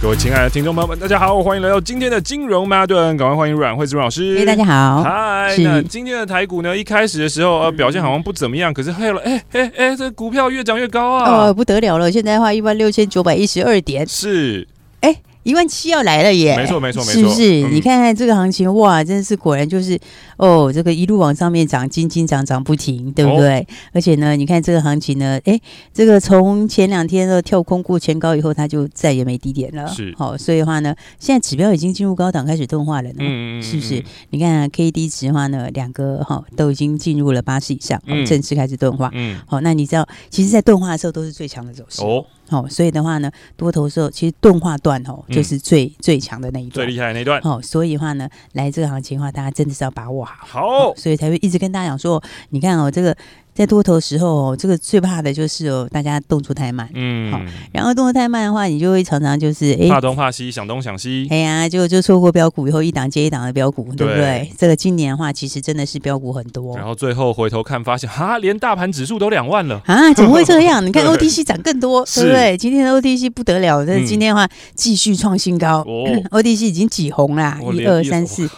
各位亲爱的听众朋友们，大家好，欢迎来到今天的金融曼哈顿，赶快欢迎阮惠慈阮老师。哎，大家好，嗨，是那今天的台股呢？一开始的时候，呃，表现好像不怎么样，可是后来，哎哎哎，这股票越涨越高啊！哦，不得了了，现在的话一万六千九百一十二点，是，哎，一万七要来了耶！没错没错没错是不是？嗯你看看这个行情，哇，真是果然就是哦，这个一路往上面涨，斤斤涨涨不停，对不哦对？而且呢，你看这个行情呢，哎，这个从前两天的跳空过前高以后，它就再也没低点了，是好、所以的话呢，现在指标已经进入高档开始钝化了呢。嗯是不是？？你看、啊、K D 值的话呢，两个哈、都已经进入了八十以上，哦嗯正式开始钝化。嗯，好、哦那你知道，其实，在钝化的时候都是最强的走势。哦，好、所以的话呢，多头的时候其实钝化段哦，嗯就是最、最强的那一最段。厉害的那段，好、所以的话呢，来这个行情的话，大家真的是要把握好，好，所以才会一直跟大家讲说，你看哦，这个在多头的时候哦，这个最怕的就是哦，大家动作太慢，好嗯，然后动作太慢的话，你就会常常就是哎。怕东怕西，想东想西，哎呀，就就错过标股以后，一档接一档的标股，对不对？这个今年的话，其实真的是标股很多哦然后最后回头看，发现哈，连大盘指数都两万了，啊，怎么会 这样？你看对 OTC 涨更多，是嗯对不对？今天的 OTC 不得了，但是今天的话继续创新高、哦 o t c 已经几红啦我，一连二一三四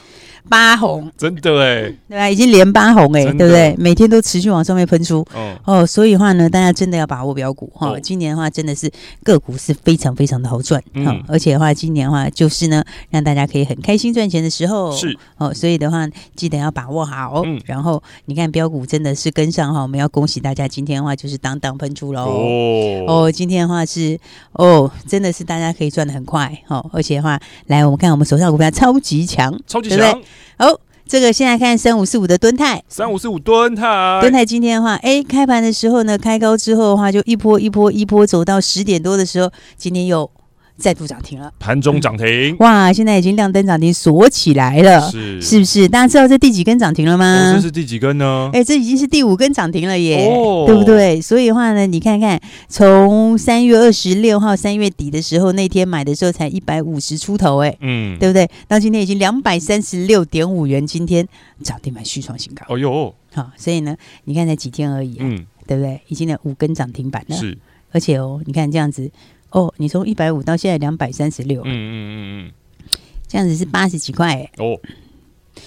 八红，真的 哎，对吧？已经连八红哎、真的对不对？每天都持续往上面喷出。嗯，哦，所以的话呢，大家真的要把握标股哈、哦今年的话，真的是个股是非常非常的好赚哈、嗯而且的话，今年的话就是呢，让大家可以很开心赚钱的时候是哦，所以的话，记得要把握好。嗯然后你看标股真的是跟上哈，我们要恭喜大家，今天的话就是当当喷出喽。哦，哦，今天的话是哦，真的是大家可以赚的很快哦，而且的话，来我们看我们手上的股票超级强，超级对不对强，哦，这个现在看三五四五的敦泰，三五四五吨它，敦泰今天的话，哎，开盘的时候呢，开高之后的话，就一波一波一波走到十点多的时候，今天又再度涨停了，盘中涨停，哇，现在已经亮灯涨停锁起来了，是嗯是不是？大家知道这第几根涨停了哦吗这？是第几根呢？ 哎、这已经是第五根涨停了耶，哦对不对？所以的话呢，你看看，从三月二十六号、三月底的时候，那天买的时候才一百五十出头，哎，嗯，对不对？到今天已经两百三十六点五元，今天涨停板续创新高。哦呦，好、所以呢，你看才几天而已、啊，嗯，对不对？已经有五根涨停板了，是，而且哦，你看这样子。哦，你从一百五到现在两百三十嗯，六嗯嗯这样子是八十几块哎，嗯，哦。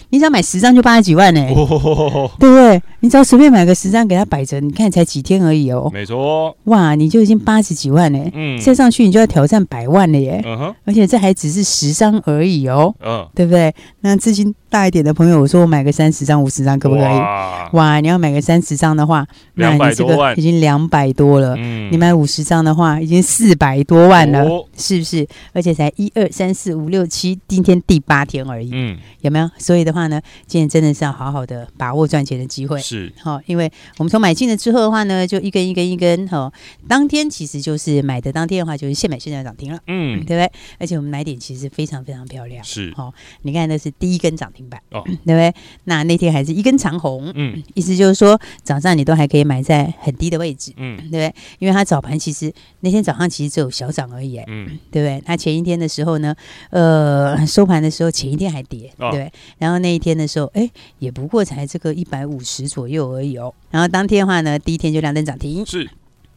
你只要买十张就八十几万哎，哦，对不对？你只要随便买个十张给它摆着，你看才几天而已哦，没错，哇，你就已经八十几万嘞、嗯，再上去你就要挑战百万了耶！嗯哼，而且这还只是十张而已哦，嗯，对不对？那资金大一点的朋友，我说我买个三十张、五十张可不可以？哇，哇，你要买个三十张的话，那200你这多个万已经两百多了。嗯你买五十张的话，已经四百多万了，哦是不是？而且才一二三四五六七，今天第八天而已，嗯，有没有？所以的话呢，今天真的是要好好的把握赚钱的机会。是，好、因为我们从买进了之后的话呢，就一根一根一根，哈、哦，当天其实就是买的当天的话，就是现买现在涨停了，对嗯不，对？而且我们买点其实非常非常漂亮，是，好、你看那是第一根涨停板，哦对不对？那那天还是一根长红，嗯意思就是说早上你都还可以买在很低的位置。嗯对不对？因为它早盘其实那天早上其实只有小涨而已，哎嗯，对不对？它前一天的时候呢，呃， 收盘的时候前一天还跌，哦对不对。然后那一天的时候，哎，也不过才这个一百五十左右而已哦。然后当天的话呢，第一天就亮灯涨停，是，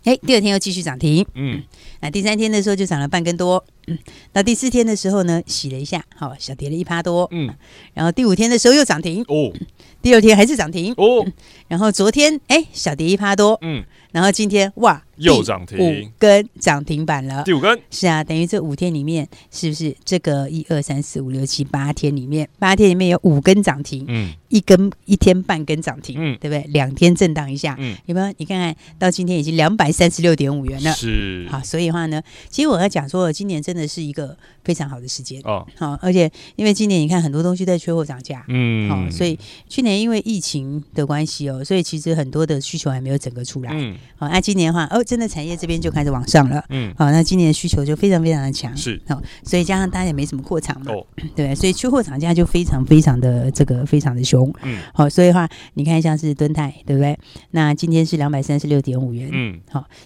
哎，第二天又继续涨停，嗯那第三天的时候就涨了半根多，嗯，到第四天的时候呢，洗了一下，好、小跌了一趴多，嗯，然后第五天的时候又涨停，哦第六天还是涨停，哦，然后昨天哎小跌一趴多，嗯，然后今天哇又第涨停五，根涨停板了。第五根，是啊，等于这五天里面，是不是这个一二三四五六七八天里面，八天里面有五根涨停，嗯一根一天半根涨停，嗯对不对？两天震荡一下，嗯，有没有？你看看到今天已经两百三十六点五元了。是，好，所以的话呢，其实我要讲说，今年真的是一个非常好的时间。哦，好、而且因为今年你看很多东西在缺货涨价，嗯，好、所以去年因为疫情的关系哦，所以其实很多的需求还没有整个出来。嗯好、那、今年的话，哦，真的产业这边就开始往上了。嗯，好、啊那今年的需求就非常非常的强，是好、所以加上大家也没什么扩厂嘛，哦，对，所以缺货涨价就非常非常的这个非常的凶，嗯好、所以的话你看像是敦泰，对不对？那今天是两百三十六点五元，嗯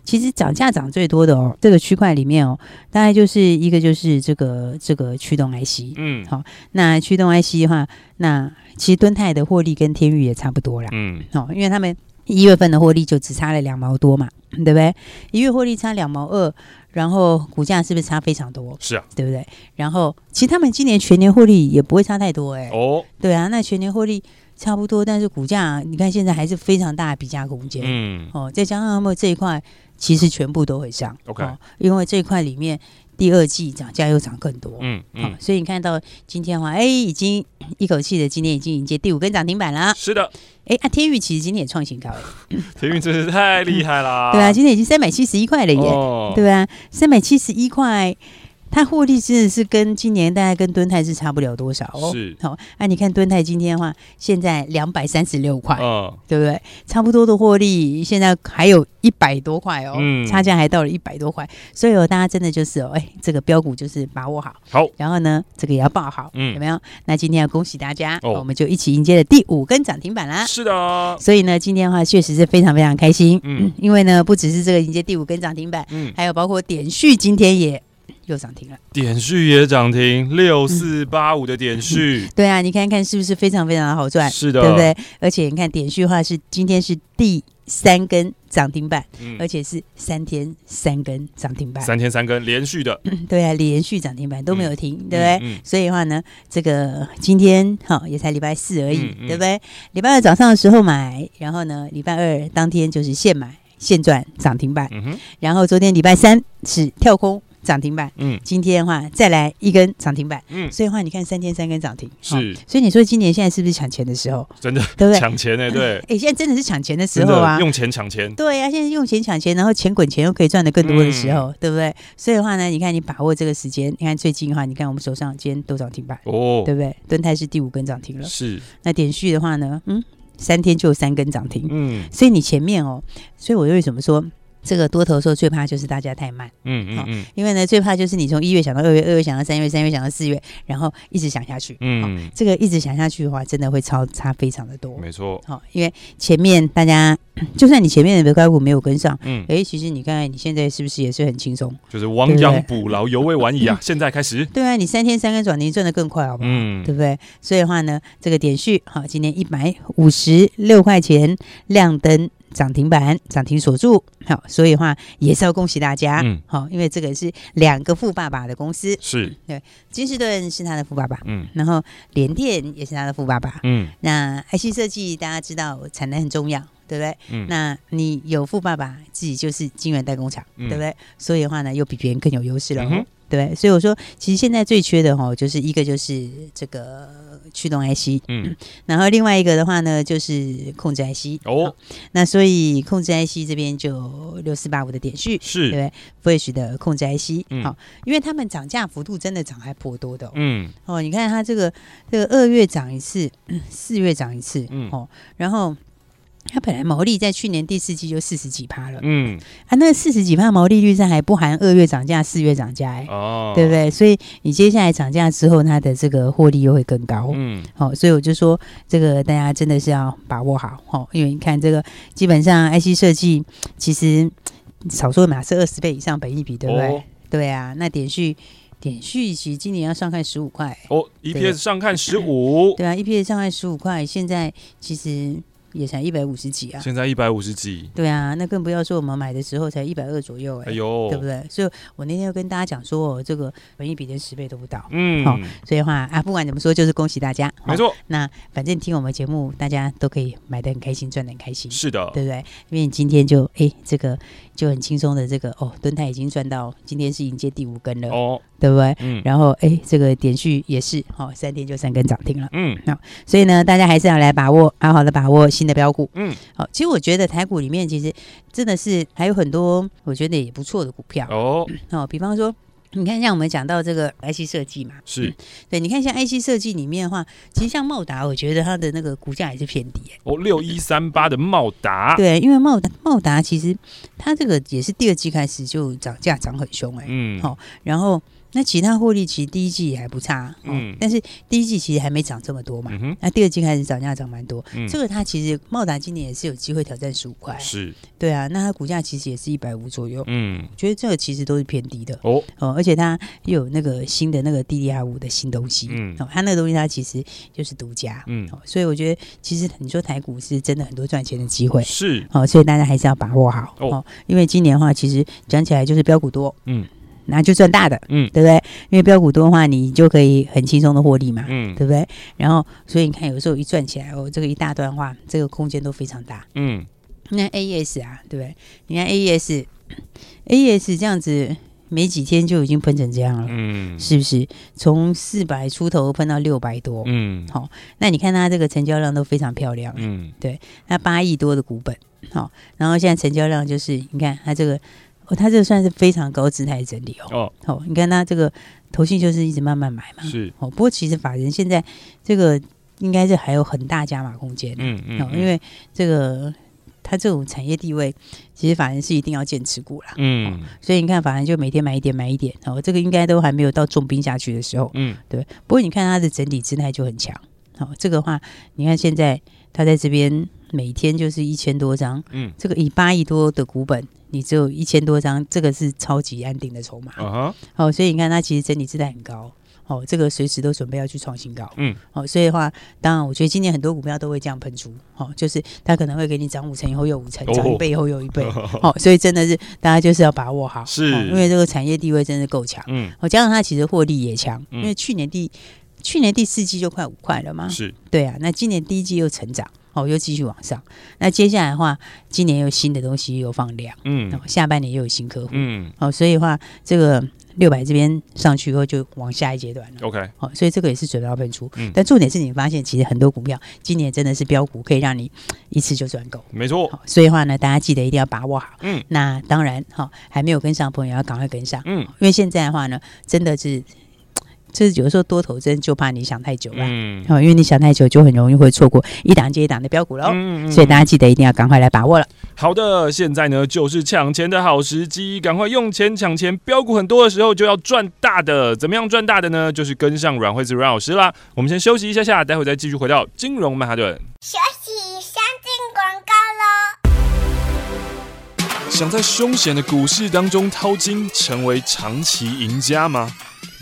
其实涨价涨最多的哦，这个区块里面哦，大概就是一个就是这个这个驱动 IC，嗯那驱动 IC 的话，那其实敦泰的获利跟天宇也差不多啦，嗯哦，因为他们一月份的获利就只差了两毛多嘛，对不对？一月获利差两毛二，然后股价是不是差非常多，是啊，对不对？然后其实他们今年全年获利也不会差太多哎、哦，对啊，那全年获利差不多，但是股价你看现在还是非常大的比价空间，嗯哦，再加上他们这一块其实全部都会上 OK 哦，因为这一块里面第二季涨价又涨更多，嗯好、嗯，所以你看到今天的话，哎、已经一口气的，今天已经迎接第五根涨停板啦。是的，哎、啊，天宇其实今天也创新高了，田运真是太厉害啦， 对啊，今天已经三百七十一块了耶，哦，对啊，三百七十一块，它获利真的是跟今年大概跟敦泰是差不了多少哦。是，好、那、你看敦泰今天的话，现在两百三十六块，嗯对不对？差不多的获利，现在还有一百多块哦，嗯差价还到了一百多块，所以哦，大家真的就是哦，哎，这个标股就是把握好，好，然后呢，这个也要报好，嗯有没有？那今天要恭喜大家，哦我们就一起迎接了第五根涨停板啦。是的，所以呢，今天的话确实是非常非常开心，嗯因为呢，不只是这个迎接第五根涨停板，嗯，还有包括点序今天也又涨停了。点序也涨停，六四八五的点序，对啊，你看看是不是非常非常的好赚，是啊的，对不？对？而且你看点序的话是今天是第三根涨停板。而嗯，且是三天三根涨停板，三天三更连续的，对啊，连续涨停板都没有停，对不对？嗯所以的话呢，这个今天好、也才礼拜四而已，嗯嗯对不对？礼拜二早上的时候买，然后呢，礼拜二当天就是现买现赚涨停板，嗯哼，然后昨天礼拜三是跳空涨停板，嗯今天的话再来一根涨停板，嗯，所以的话你看三天三根涨停，哦是所以你说今年现在是不是抢钱的时候，真的对不对？抢钱哎，对， 哎，现在真的是抢钱的时真候啊的，用钱抢钱，对啊呀、现在用钱抢钱，然后钱滚钱又可以赚的更多的时嗯候，对不对？所以的话呢，你看你把握这个时间，你看最近的话，你看我们手上今天都涨停板，哦对，不对？敦泰是第五根涨停了，是，那点序的话呢，嗯，三天就有三根涨停，嗯所以你前面哦，所以我为什么说？这个多头的时候最怕就是大家太慢，嗯好嗯嗯因为呢最怕就是你从一月想到二月，二月想到三月，三月想到四月，然后一直想下去。好，嗯，这个一直想下去的话，真的会超差非常的多。没错，好、因为前面大家 就算你前面的标股没有跟上。嗯，哎，其实你看，你现在是不是也是很轻松？就是亡羊补牢，犹未晚矣啊！现在开始，对啊，你三天三根转，你赚得更快，好不好？嗯对，不对？所以的话呢，这个点序好，今天一百五十六块钱亮灯涨停板，涨停锁住，好，所以的话也是要恭喜大家，嗯好，因为这个是两个富爸爸的公司，是，金士顿是他的富爸爸，嗯然后联电也是他的富爸爸。嗯那 IC 设计大家知道产能很重要，对不对？嗯，那你有富爸爸，自己就是晶圆代工厂，嗯对不对？所以的话呢，又比别人更有优势了哦、嗯哼对不对？所以我说，其实现在最缺的哦，就是一个就是这个驱动 IC，嗯然后另外一个的话呢，就是控制 IC。哦，那所以控制 IC 这边就六四八五的点序是， ，Flash 的控制 IC，好、嗯因为他们涨价幅度真的涨还颇多的哦。嗯哦，你看它这个这个二月涨一次， 四月涨一次，嗯哦，然后它本来毛利在去年第四季就四十几趴了，嗯啊，那四十几趴毛利率上还不含二月涨价、四月涨价、哎、哦，对不？对？所以你接下来涨价之后，它的这个获利又会更高。嗯好、所以我就说，这个大家真的是要把握好哦，因为你看这个基本上 IC 设计其实少说嘛是二十倍以上本益比，对不对？哦对啊，那点序点序其实今年要上看十五块，欸哦，EPS 上看十五，对啊，EPS 上看十五块，现在其实也才一百五十几啊。现在一百五十几，对啊，那更不要说我们买的时候才一百二左右、哎、哎呦，对不对？所以我那天又跟大家讲说，哦这个本益比连十倍都不到，嗯，好所以的话啊，不管怎么说，就是恭喜大家。没哦，错，那反正听我们节目，大家都可以买的很开心，赚的很开心，是啊的，对不对？因为你今天就哎，这个就很轻松的这个哦，敦泰已经赚到，今天是迎接第五根了，哦，对不对？嗯然后哎，这个点序也是哦，三天就三根涨停了。嗯所以呢，大家还是要来把握，好好的把握新的标股。嗯，好，其实我觉得台股里面其实真的是还有很多我觉得也不错的股票哦，哦，比方说。你看，像我们讲到这个 IC 设计嘛，嗯是对，你看像 IC 设计里面的话，其实像茂达，我觉得它的那个股价也是偏低、欸。哦，六一三八的茂达，对，因为茂达茂达其实它这个也是第二季开始就涨价涨很凶哎、嗯好、然后那其他获利其实第一季也还不差，哦、嗯但是第一季其实还没涨这么多嘛，嗯哼，那第二季开始涨价涨蛮多。嗯这个它其实茂达今年也是有机会挑战十五块，是，对啊，那它股价其实也是一百五左右，嗯，我觉得这个其实都是偏低的哦，哦，而且它又有那个新的那个 DDR 五的新东西，嗯哦，它那个东西它其实就是独家，嗯哦，所以我觉得其实你说台股是真的很多赚钱的机会，是，哦，所以大家还是要把握好哦哦因为今年的话，其实讲起来就是标股多，嗯，那就赚大的，嗯对不对？因为标股多的话，你就可以很轻松的获利嘛，嗯对不对？然后，所以你看，有时候一赚起来哦，这个一大段的话，这个空间都非常大。嗯，那 AES 啊，对不对？你看 E AES，AES E 这样子，没几天就已经喷成这样了，嗯，是不是？从四百出头喷到六百多，嗯，那你看它这个成交量都非常漂亮，嗯，那八亿多的股本，好、然后现在成交量就是你看它这个，哦，它这个算是非常高姿态整理哦，哦，好、你看它这个投信就是一直慢慢买嘛，是，哦，不过其实法人现在这个应该是还有很大加码空间的，嗯嗯，哦，因为这个它这种产业地位，其实法人是一定要坚持股啦，嗯，所以你看法人就每天买一点买一点，哦，这个应该都还没有到重兵下去的时候，嗯对，不过你看它的整体姿态就很强。好、这个话，你看现在它在这边每天就是一千多张，嗯，这个以八亿多的股本，你只有一千多张，这个是超级安定的筹码。啊哈，好、哦所以你看它其实整体姿态很高。哦，这个随时都准备要去创新高，嗯，哦，所以的话，当然，我觉得今年很多股票都会这样喷出，哦，就是它可能会给你涨五成以后又五成，哦涨一倍以后又一倍，哦，所以真的是大家就是要把握好，是哦因为这个产业地位真的够强。 嗯，哦，加上它其实获利也强，嗯因为去年第去年第四季就快五块了嘛，是，对啊，那今年第一季又成长，哦，又继续往上。那接下来的话，今年有新的东西又放量，嗯哦，下半年又有新客户，嗯哦，所以的话这个六百这边上去以后就往下一阶段了。 ，OK，哦，所以这个也是准备要喷出，嗯但重点是你发现其实很多股票今年真的是标股，可以让你一次就赚够。没错，好，所以的话呢，大家记得一定要把握好。嗯嗯，那当然，好、还没有跟上的朋友要赶快跟上，嗯因为现在的话呢，真的是，就是有时候多头真的就怕你想太久了，嗯，好、因为你想太久就很容易会错过一档接一档的标股喽。嗯所以大家记得一定要赶快来把握了。好的，现在呢就是抢钱的好时机，赶快用钱抢钱，标股很多的时候就要赚大的。怎么样赚大的呢？就是跟上阮惠子阮老师啦。我们先休息一下下，待会再继续回到金融曼哈顿。起相进广告喽。想在凶险的股市当中淘金，成为长期赢家吗？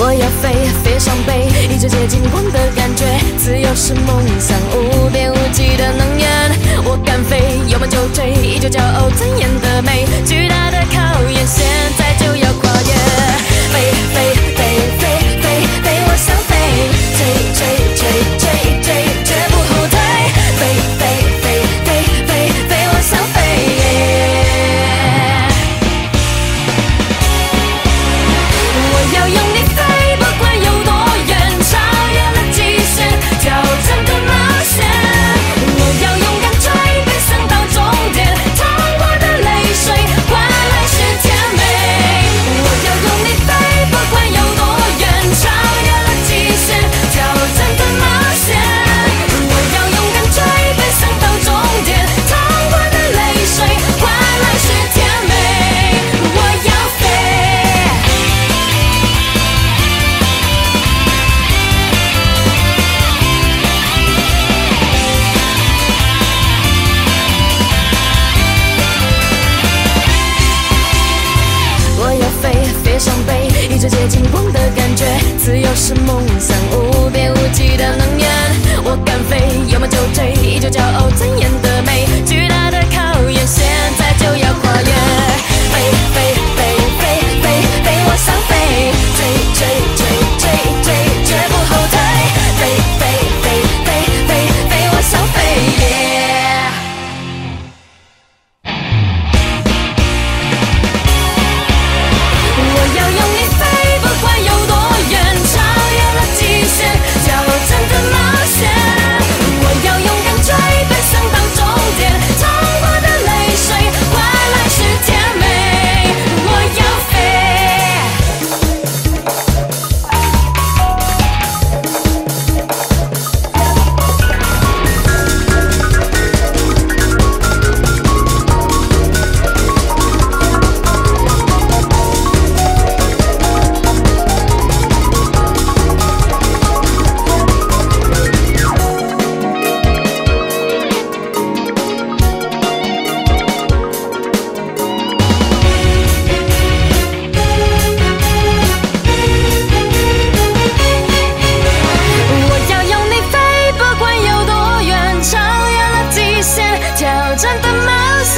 我要飞，飞上北，一直接近光的感觉。自由是梦想，无边无际的能源。我敢飞，有梦就追，依旧骄傲尊严的美。巨大的考验，现在就要跨越。飞飞飞飞飞飞，我想飞，追追追追追，绝不后退。飞飞飞飞飞飞，我想飞。我要用力飞，不管有多远，超越了极限，挑战的冒险。我要勇敢追，奔向到终点，淌过的泪水换来是甜美。我要用力飞，不管有多远，超越了极限，挑战的冒险。我要勇敢追，奔向到终点，淌过的泪水换来是甜美。我要飞。我要飞，飞上北，一直接近光的感觉。自由是梦想，无边无际的能源。我敢飞，有梦就追，依旧骄傲尊严的美。巨大的考验，现在就要跨越。飞飞飞飞飞飞，我想飞，追追追追追，绝不后退。飞飞飞飞飞飞，我想飞。Yeah 我要用力飞，不管有多远，超越了极限，挑战的冒险。我要勇敢追，奔向到终点，淌过的泪水换来是甜美。我要飞。我要用力飞，不管有多远，超越了极限，挑战的冒险。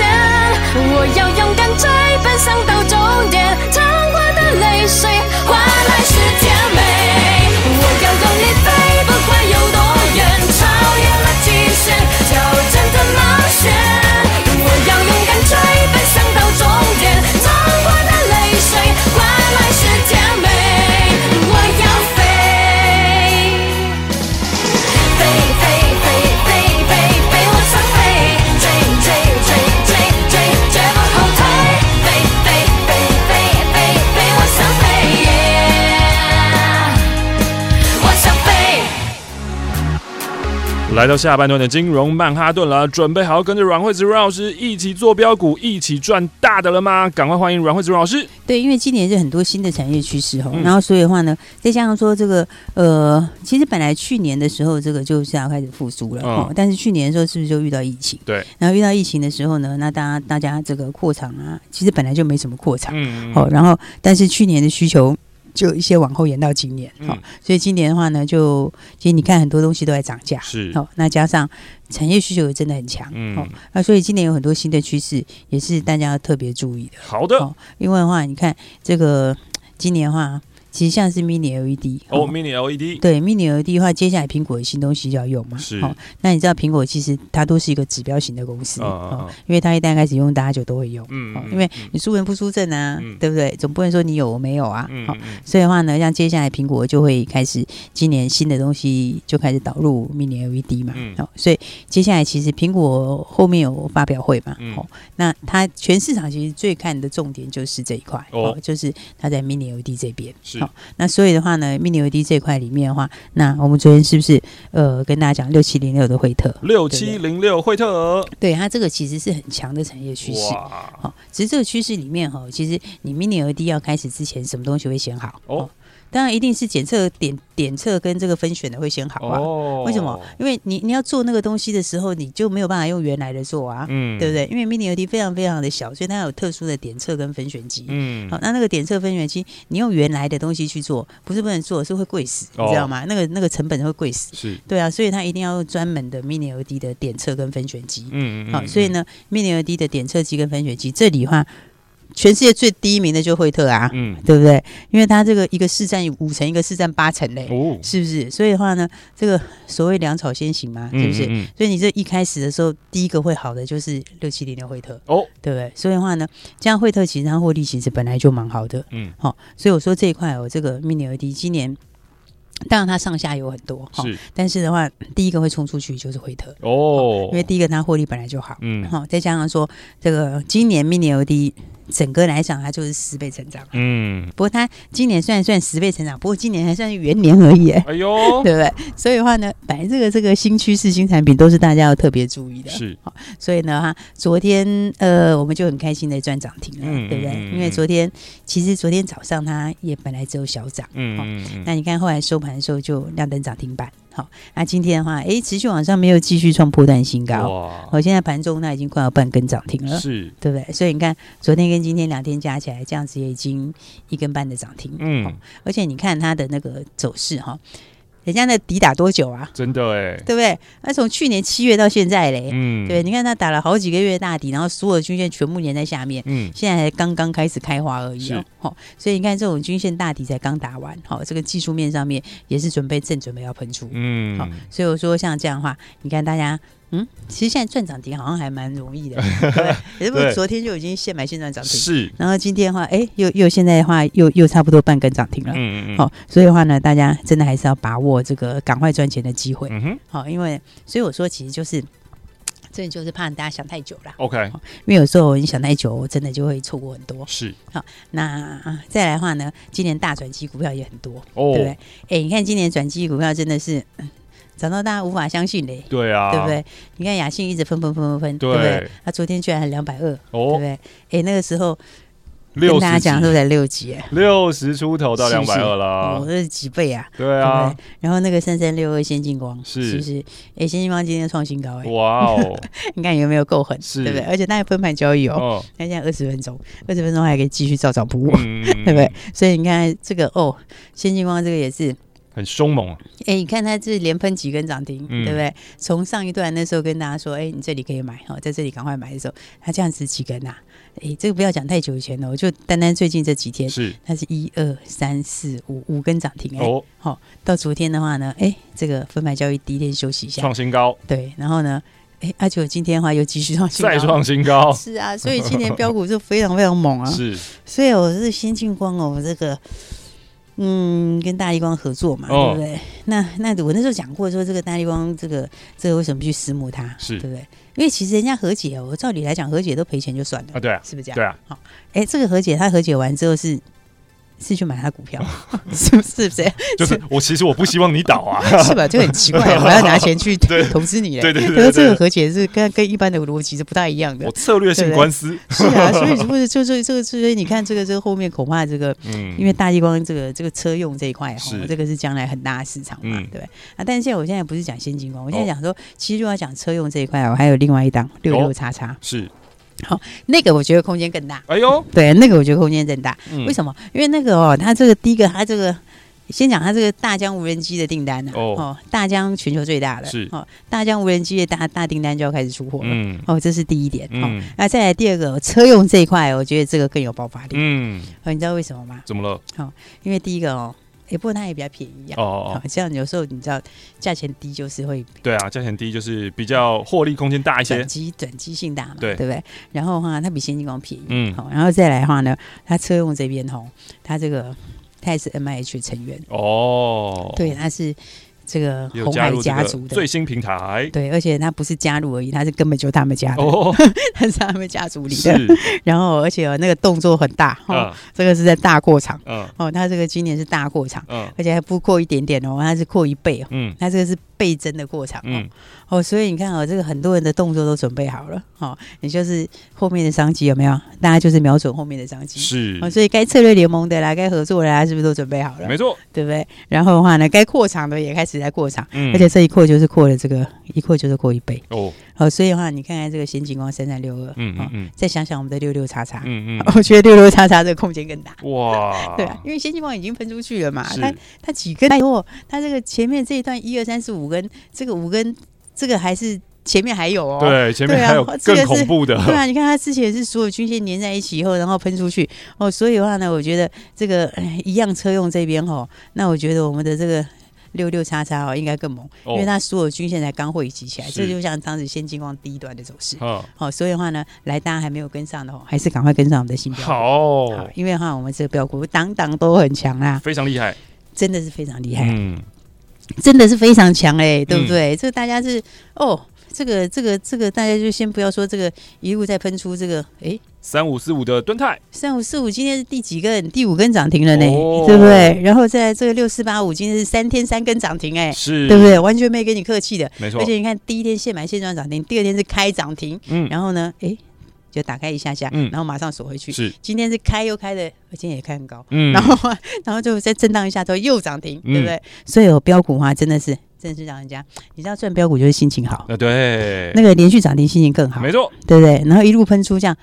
我要勇敢追，奔向到终点，淌过的泪水换来是甜美。我要用力飞，不管有多远，超越了极限，挑战的冒险。我要勇敢追，奔向到终点，淌过的泪水换来是甜美。我要飞。飞飞飞飞飞飞，我想飞，追追追追追，绝不后退。飞飞飞飞飞飞，我想飞，我想飞。来到下半段的金融曼哈顿了，准备好跟着阮惠子阮老师一起做标股，一起赚大的了吗？赶快欢迎阮惠子阮老师。对，因为今年是很多新的产业趋势哈，嗯然后所以的话呢，再加上说这个呃，其实本来去年的时候这个就是要开始复苏了哦，嗯但是去年的时候是不是就遇到疫情？对，然后遇到疫情的时候呢，那大家大家这个扩厂啊，其实本来就没什么扩厂，嗯好、然后但是去年的需求就有一些往后延到今年，好、嗯所以今年的话呢，就其实你看很多东西都在涨价，是好、那加上产业需求也真的很强，嗯好、那所以今年有很多新的趋势，也是大家要特别注意的，好的，好因为的话，你看这个今年的话，其实像是 Mini LED 哦，mini LED，对 Mini LED 的话，接下来苹果有新东西就要用嘛。是哦，那你知道苹果其实它都是一个指标型的公司，嗯嗯哦嗯，因为它一旦开始用，大家就都会用。嗯哦嗯因为嗯你输人不输阵啊，嗯对不对？总不能说你有我没有啊。嗯好、嗯嗯所以的话呢，像接下来苹果就会开始今年新的东西就开始导入 Mini LED 嘛。嗯哦，所以接下来其实苹果后面有发表会嘛。嗯哦，那它全市场其实最看的重点就是这一块，哦就是它在 Mini LED E 这边。是好、那所以的话呢，Mini LED E 这块里面的话，那我们昨天是不是呃跟大家讲六七零六的惠特？六七零六惠特，对它这个其实是很强的产业趋势。哇，好、只是这个趋势里面哈、哦，其实你 Mini LED 要开始之前，什么东西会先好？哦哦当然一定是检测点点测跟这个分选的会先好啊。哦为什么？因为你你要做那个东西的时候，你就没有办法用原来的做啊，嗯对不对？因为 Mini LED 非常非常的小，所以它有特殊的点测跟分选机。嗯好，，那那个点测分选机，你用原来的东西去做，不是不能做，是会贵死，你知哦道吗？那个那个成本会贵死。是，对啊，所以它一定要用专门的 Mini LED 的点测跟分选机。嗯嗯，好、嗯所以，呢，Mini LED 的点测机跟分选机，这里的话，全世界最第一名的就惠特啊，嗯，对不对？因为它这个一个市占有五成，一个市占八成嘞，哦，是不是？所以的话呢，这个所谓粮草先行嘛，是不是？嗯嗯嗯所以你这一开始的时候，第一个会好的就是六七零的惠特，哦，对不对？所以的话呢，这样惠特其实它获利其实本来就蛮好的，嗯，好、所以我说这一块哦，这个 Mini LED 今年。当然，它上下游很多哈，是，但是的话，第一个会冲出去就是惠特，哦，因为第一个它获利本来就好，嗯好、再加上说这个今年 Mini LED 整个来讲它就是十倍成长，嗯，不过它今年虽然算十倍成长，不过今年还算是元年而已，哎哎呦， 对不对？所以的话呢，反正这个这个新趋势、新产品都是大家要特别注意的。是，所以呢，哈，昨天呃，我们就很开心的赚涨停了，嗯对不对？嗯嗯因为昨天其实昨天早上它也本来只有小涨，嗯好嗯嗯那你看后来收盘的时候就亮灯涨停板，好，那今天的话，诶，持续往上没有继续创破断新嗯，高，哇，我现在盘中那已经快要半根涨停了。是，对不对？所以你看，昨天跟今天两天加起来，这样子也已经一根半的涨停。好嗯，而且你看它的那个走势哈，人家那底打多久啊？ 真的哎，对不对？那从去年七月到现在嘞，嗯，对，，你看它打了好几个月大底，然后所有的均线全部粘在下面。嗯，现在才刚刚开始开花而已是哦，齁所以你看这种均线大底才刚打完，好、这个技术面上面也是准备正准备要喷出，嗯，好所以我说像这样的话，你看大家，嗯，其实现在赚涨停好像还蛮容易的， 对不对，也是不对是昨天就已经现买现赚涨停，是，然后今天的话，哎，又又现在的话又又差不多半根涨停了，嗯嗯嗯，好、，所以的话呢，大家真的还是要把握这个赶快赚钱的机会。嗯哼好、因为所以我说，其实就是真的就是怕大家想太久啦， ，OK，因为有时候你想太久，真的就会错过很多。是，那、啊再来的话呢，今年大转机股票也很多，哦对不，对？哎，你看今年转机股票真的是嗯涨到大家无法相信嘞。对啊，对不？对？你看雅信一直分分分分分，对不对？他昨天居然还两百二，对不哦，对？哎，那个时候跟六大家十讲，是不是才六级？哎六十出头到是两不百是二哦，了，这是几倍啊？对对啊，然后那个三三六二先进光是不是？哎，先进光今天创新高哎、哇哦，你看有没有够狠？是对不对？而且它还分盘交易 哦，哦，那、现在二十分钟，二十分钟还可以继续照涨不误，嗯，对对不对？？所以你看这个哦，先进光这个也是，很 凶猛啊，哎，你看它这连喷几根涨停，嗯对不对？从上一段那时候跟大家说，哎，你这里可以买哦，在这里赶快买的时候，它这样子几根呐、啊？哎，这个不要讲太久以前了，我就单单最近这几天，是，它是一二三四五五根涨停哎。哦，好、到昨天的话呢，哎，这个分牌交易第一天休息一下创，新高，对，然后呢，哎，而且我今天的话又继续创新高，再创新高，啊是啊，所以今年标股就非常非常猛啊， 是，所以我是先进光哦，我这个。嗯，跟大力光合作嘛，哦对不对？那那我那时候讲过说，这个大力光，这个这个为什么去私募它，是对不对？因为其实人家和解哦，我照理来讲和解都赔钱就算了，啊，对啊，是不是这样？对啊，哎，这个和解他和解完之后是是去买他股 票，是不是？是不是？就是我其实我不希望你倒啊，是吧？就很奇怪，我要拿钱去投资你嘞。 对对对可对是这对个，和解是跟跟一般的逻辑是不大一样我 的。策略性 对官司，是啊，所以如果是就这这个，所以你看这个这个后面恐怕这个，嗯，因为大地光这个这个车用这一块哈是，这个是将来很大的市场嘛，嗯对不对啊。但是现在我现在不是讲先进光，我现在哦讲说，其实如果要讲车用这一块，我还有另外一档六哦六叉叉，是，那个我觉得空间更大，哎呦，对，那个我觉得空间更大。嗯为什么？因为那个哦，它这个第一个，它这个先讲它这个大疆无人机的订单呢、哦大疆全球最大的，是哦，大疆无人机的大大订单就要开始出货了，嗯哦，这是第一点，嗯哦，那再来第二个，车用这一块，我觉得这个更有爆发力，嗯，哦，你知道为什么吗？怎么了？因为第一个哦，哎，不过它也比较便宜啊，哦哦哦哦，，这样有时候你知道价钱低就是会对啊，价钱低就是比较获利空间大一些转，机转机性大嘛，对不对？然后的话，它比先进光便宜，嗯好、然后再来的话呢，它车用这边吼，它这个它也是 M I H 成员，哦，对，，它是这个有红加海入这家个族的，最新平台，对，而且它不是加入而已，它是根本就他们家的， 哦，它是 他们家族里的，是，然后而且哦那个动作很大，哦，嗯这个是在大过场，嗯哦，它这个今年是大过场，嗯而且还不过一点点哦，它是过一倍哦，嗯，它这个是倍增的过场哦。嗯，哦，所以你看哦，这个很多人的动作都准备好了，哦，也就是后面的商机有没有？大家就是瞄准后面的商机。是哦，，所以该策略联盟的啦，该合作的啦，是不是都准备好了？没错，对不对？然后的话呢，该扩厂的也开始在扩厂，嗯而且这一扩就是扩了这个一扩就是扩一倍。哦，哦，所以的话，你看看这个新景光三三六二，嗯嗯哦，嗯再想想我们的六六叉叉，嗯 我觉得六六叉叉这个空间更大。嗯，哇，啊 对啊，因为先进光已经分出去了嘛，是它它几根以后，它这个前面这一段一二三四五根，这个五根，这个还是前面还有哦。对，前面对啊还有这个更是恐怖的，对啊，你看它之前是所有均线粘在一起以后，然后喷出去哦，所以的话呢，我觉得这个哎一样车用这边哦，那我觉得我们的这个。六六叉叉哦，应该更猛，因为哦它所有均线才刚汇集起来，是这就像当时先进光第一段的走势。嗯，好、所以的话呢，来大家还没有跟上的哦，还是赶快跟上我们的新标股。好好，，因为哈，我们这个标股档档都很强啦，非常厉害，真的是非常厉害，嗯，真的是非常强哎、对不对？这个大家是哦，这个这个这个，大家就先不要说这个一路在喷出这个，哎，三五四五的蹲泰，三五四五今天是第几根？第五根涨停了呢，哦对不对？然后在这个六四八五今天是三天三根涨停哎、是，对不？对？完全没跟你客气的，没错而，且你看第一天现买现赚涨停，第二天是开涨停，嗯，然后呢，哎，就打开一下下，嗯然后马上锁回去。是，今天是开又开的，今天也开很高。嗯，然后啊，然后就再震荡一下之后又涨停，嗯对不对？所以有标股啊，真的是，真的是让人家，你知道赚标股就是心情好，那啊对，那个连续涨停心情更好，没错，对不对？然后一路喷出这样。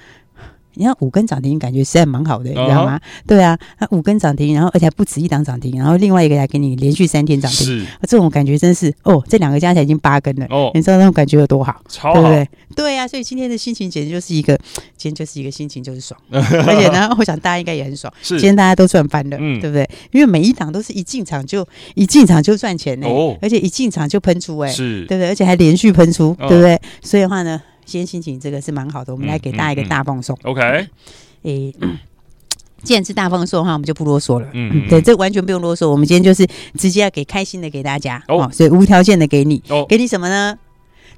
你看五根涨停，感觉实在蛮好的，你知道吗？对啊，那五根涨停，然后而且还不止一档涨停，然后另外一个还给你连续三天涨停，是啊这种感觉真是哦，这两个加起来已经八根了，哦，你知道那种感觉有多好？超对好不，对？对呀、所以今天的心情简直就是一个，今天就是一个心情就是 爽，而且呢，我想大家应该也很爽，是今天大家都赚翻了，嗯对不对？因为每一档都是一进场就一进场就赚钱呢、哦而且一进场就喷出哎、是，对不对？而且还连续喷出，嗯对不对？所以的话呢，今天心情这个是蛮好的，我们嗯来给大家一个大放送， OK，诶、 嗯既然是大放送的话，我们就不啰嗦了。嗯嗯，对，这完全不用啰嗦。我们今天就是直接要给开心的给大家哦哦所以无条件的给你，哦，给你什么呢？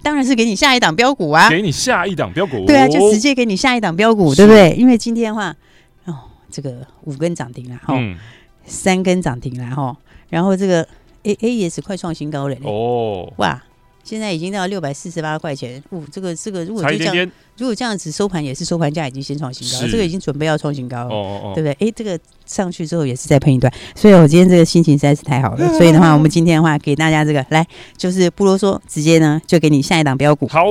当然是给你下一档标股啊，给你下一档标股，对啊，就直接给你下一档标股，哦是对不对？因为今天的话，哦，这个五根涨停啊哦啦，哈、嗯，三根涨停啦，哈，然后这个 A A 也是快创新高了呢，哦，哇！现在已经到六百四十八块钱，哦，这个这个如果差就一这点样，点，如果这样子收盘也是收盘价已经先创新高了，是这个已经准备要创新高了，哦哦对哦，不对？哎，这个上去之后也是再喷一段，所以我今天这个心情实在是太好 了，所以的话，我们今天的话给大家这个来就是不啰嗦，直接呢就给你下一档标股，好，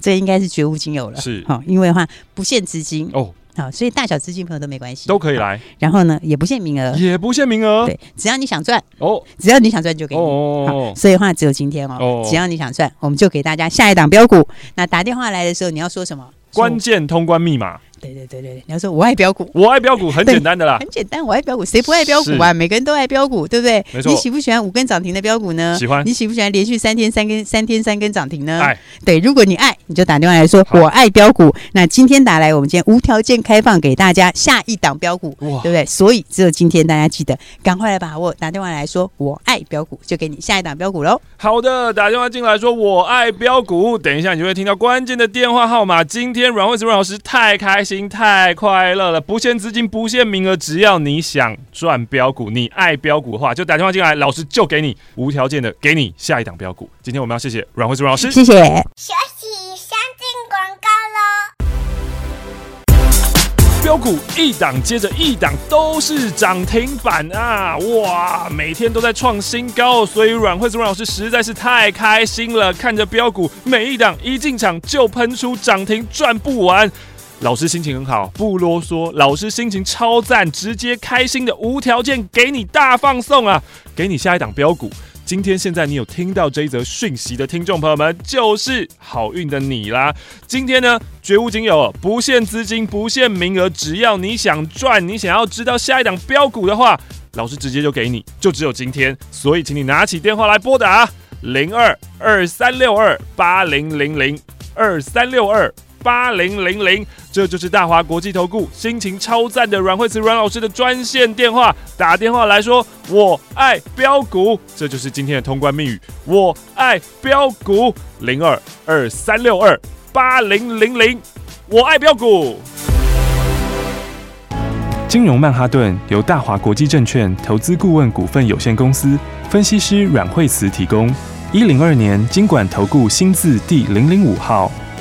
这应该是绝无仅有了，是好、因为的话不限资金哦，好、所以大小资金朋友都没关系，都可以好。来，然后呢，也不限名额，也不限名额，对，只要你想赚，哦只要你想赚就哦给你。哦好哦，所以的话只有今天哦，哦只要你想赚，我们就给大家下一档标股。那打电话来的时候，你要说什么？关说键通关密码，对对对对对，你要说我爱标股，我爱标股很简单的啦，很简单，我爱标股，谁不爱标股啊？每个人都爱标股，对不对？没错你喜不喜欢五根涨停的标股呢？喜欢你喜不喜欢连续三天三根三天三根涨停呢？爱对，如果你爱，你就打电话来说好我爱标股。那今天打来，我们今天无条件开放给大家下一档标股，哇对不对？所以只有今天，大家记得赶快来把握，打电话来说我爱标股，就给你下一档标股喽。好的，打电话进来说我爱标股，等一下你就会听到关键的电话号码。今天阮慧子阮老师太开心太快乐了，不限资金，不限名额，只要你想赚标股，你爱标股的话，就打电话进来，老师就给你无条件的给你下一档标股。今天我们要谢谢阮慧子阮老师。谢谢。学习先进广告喽。标股一档接着一档都是涨停板啊！哇，每天都在创新高，所以阮慧珠阮老师实在是太开心了。看着标股每一档一进场就喷出涨停，赚不完。老师心情很好，不啰嗦。老师心情超赞，直接开心的无条件给你大放送啊！给你下一档标股。今天现在你有听到这一则讯息的听众朋友们，就是好运的你啦。今天呢，绝无仅有，不限资金，不限名额，只要你想赚，你想要知道下一档标股的话，老师直接就给你，就只有今天。所以，请你拿起电话来拨打啊零二二三六二八零零零二三六二。八零零零，这就是大华国际投顾心情超赞的阮慧慈阮老师的专线电话，打电话来说我爱标股，这就是今天的通关密语，我爱标股零二二三六二八零零零，我爱标股。金融曼哈顿由大华国际证券投资顾问股份有限公司分析师阮惠慈提供。一零二年经管投顾新字第零零五号。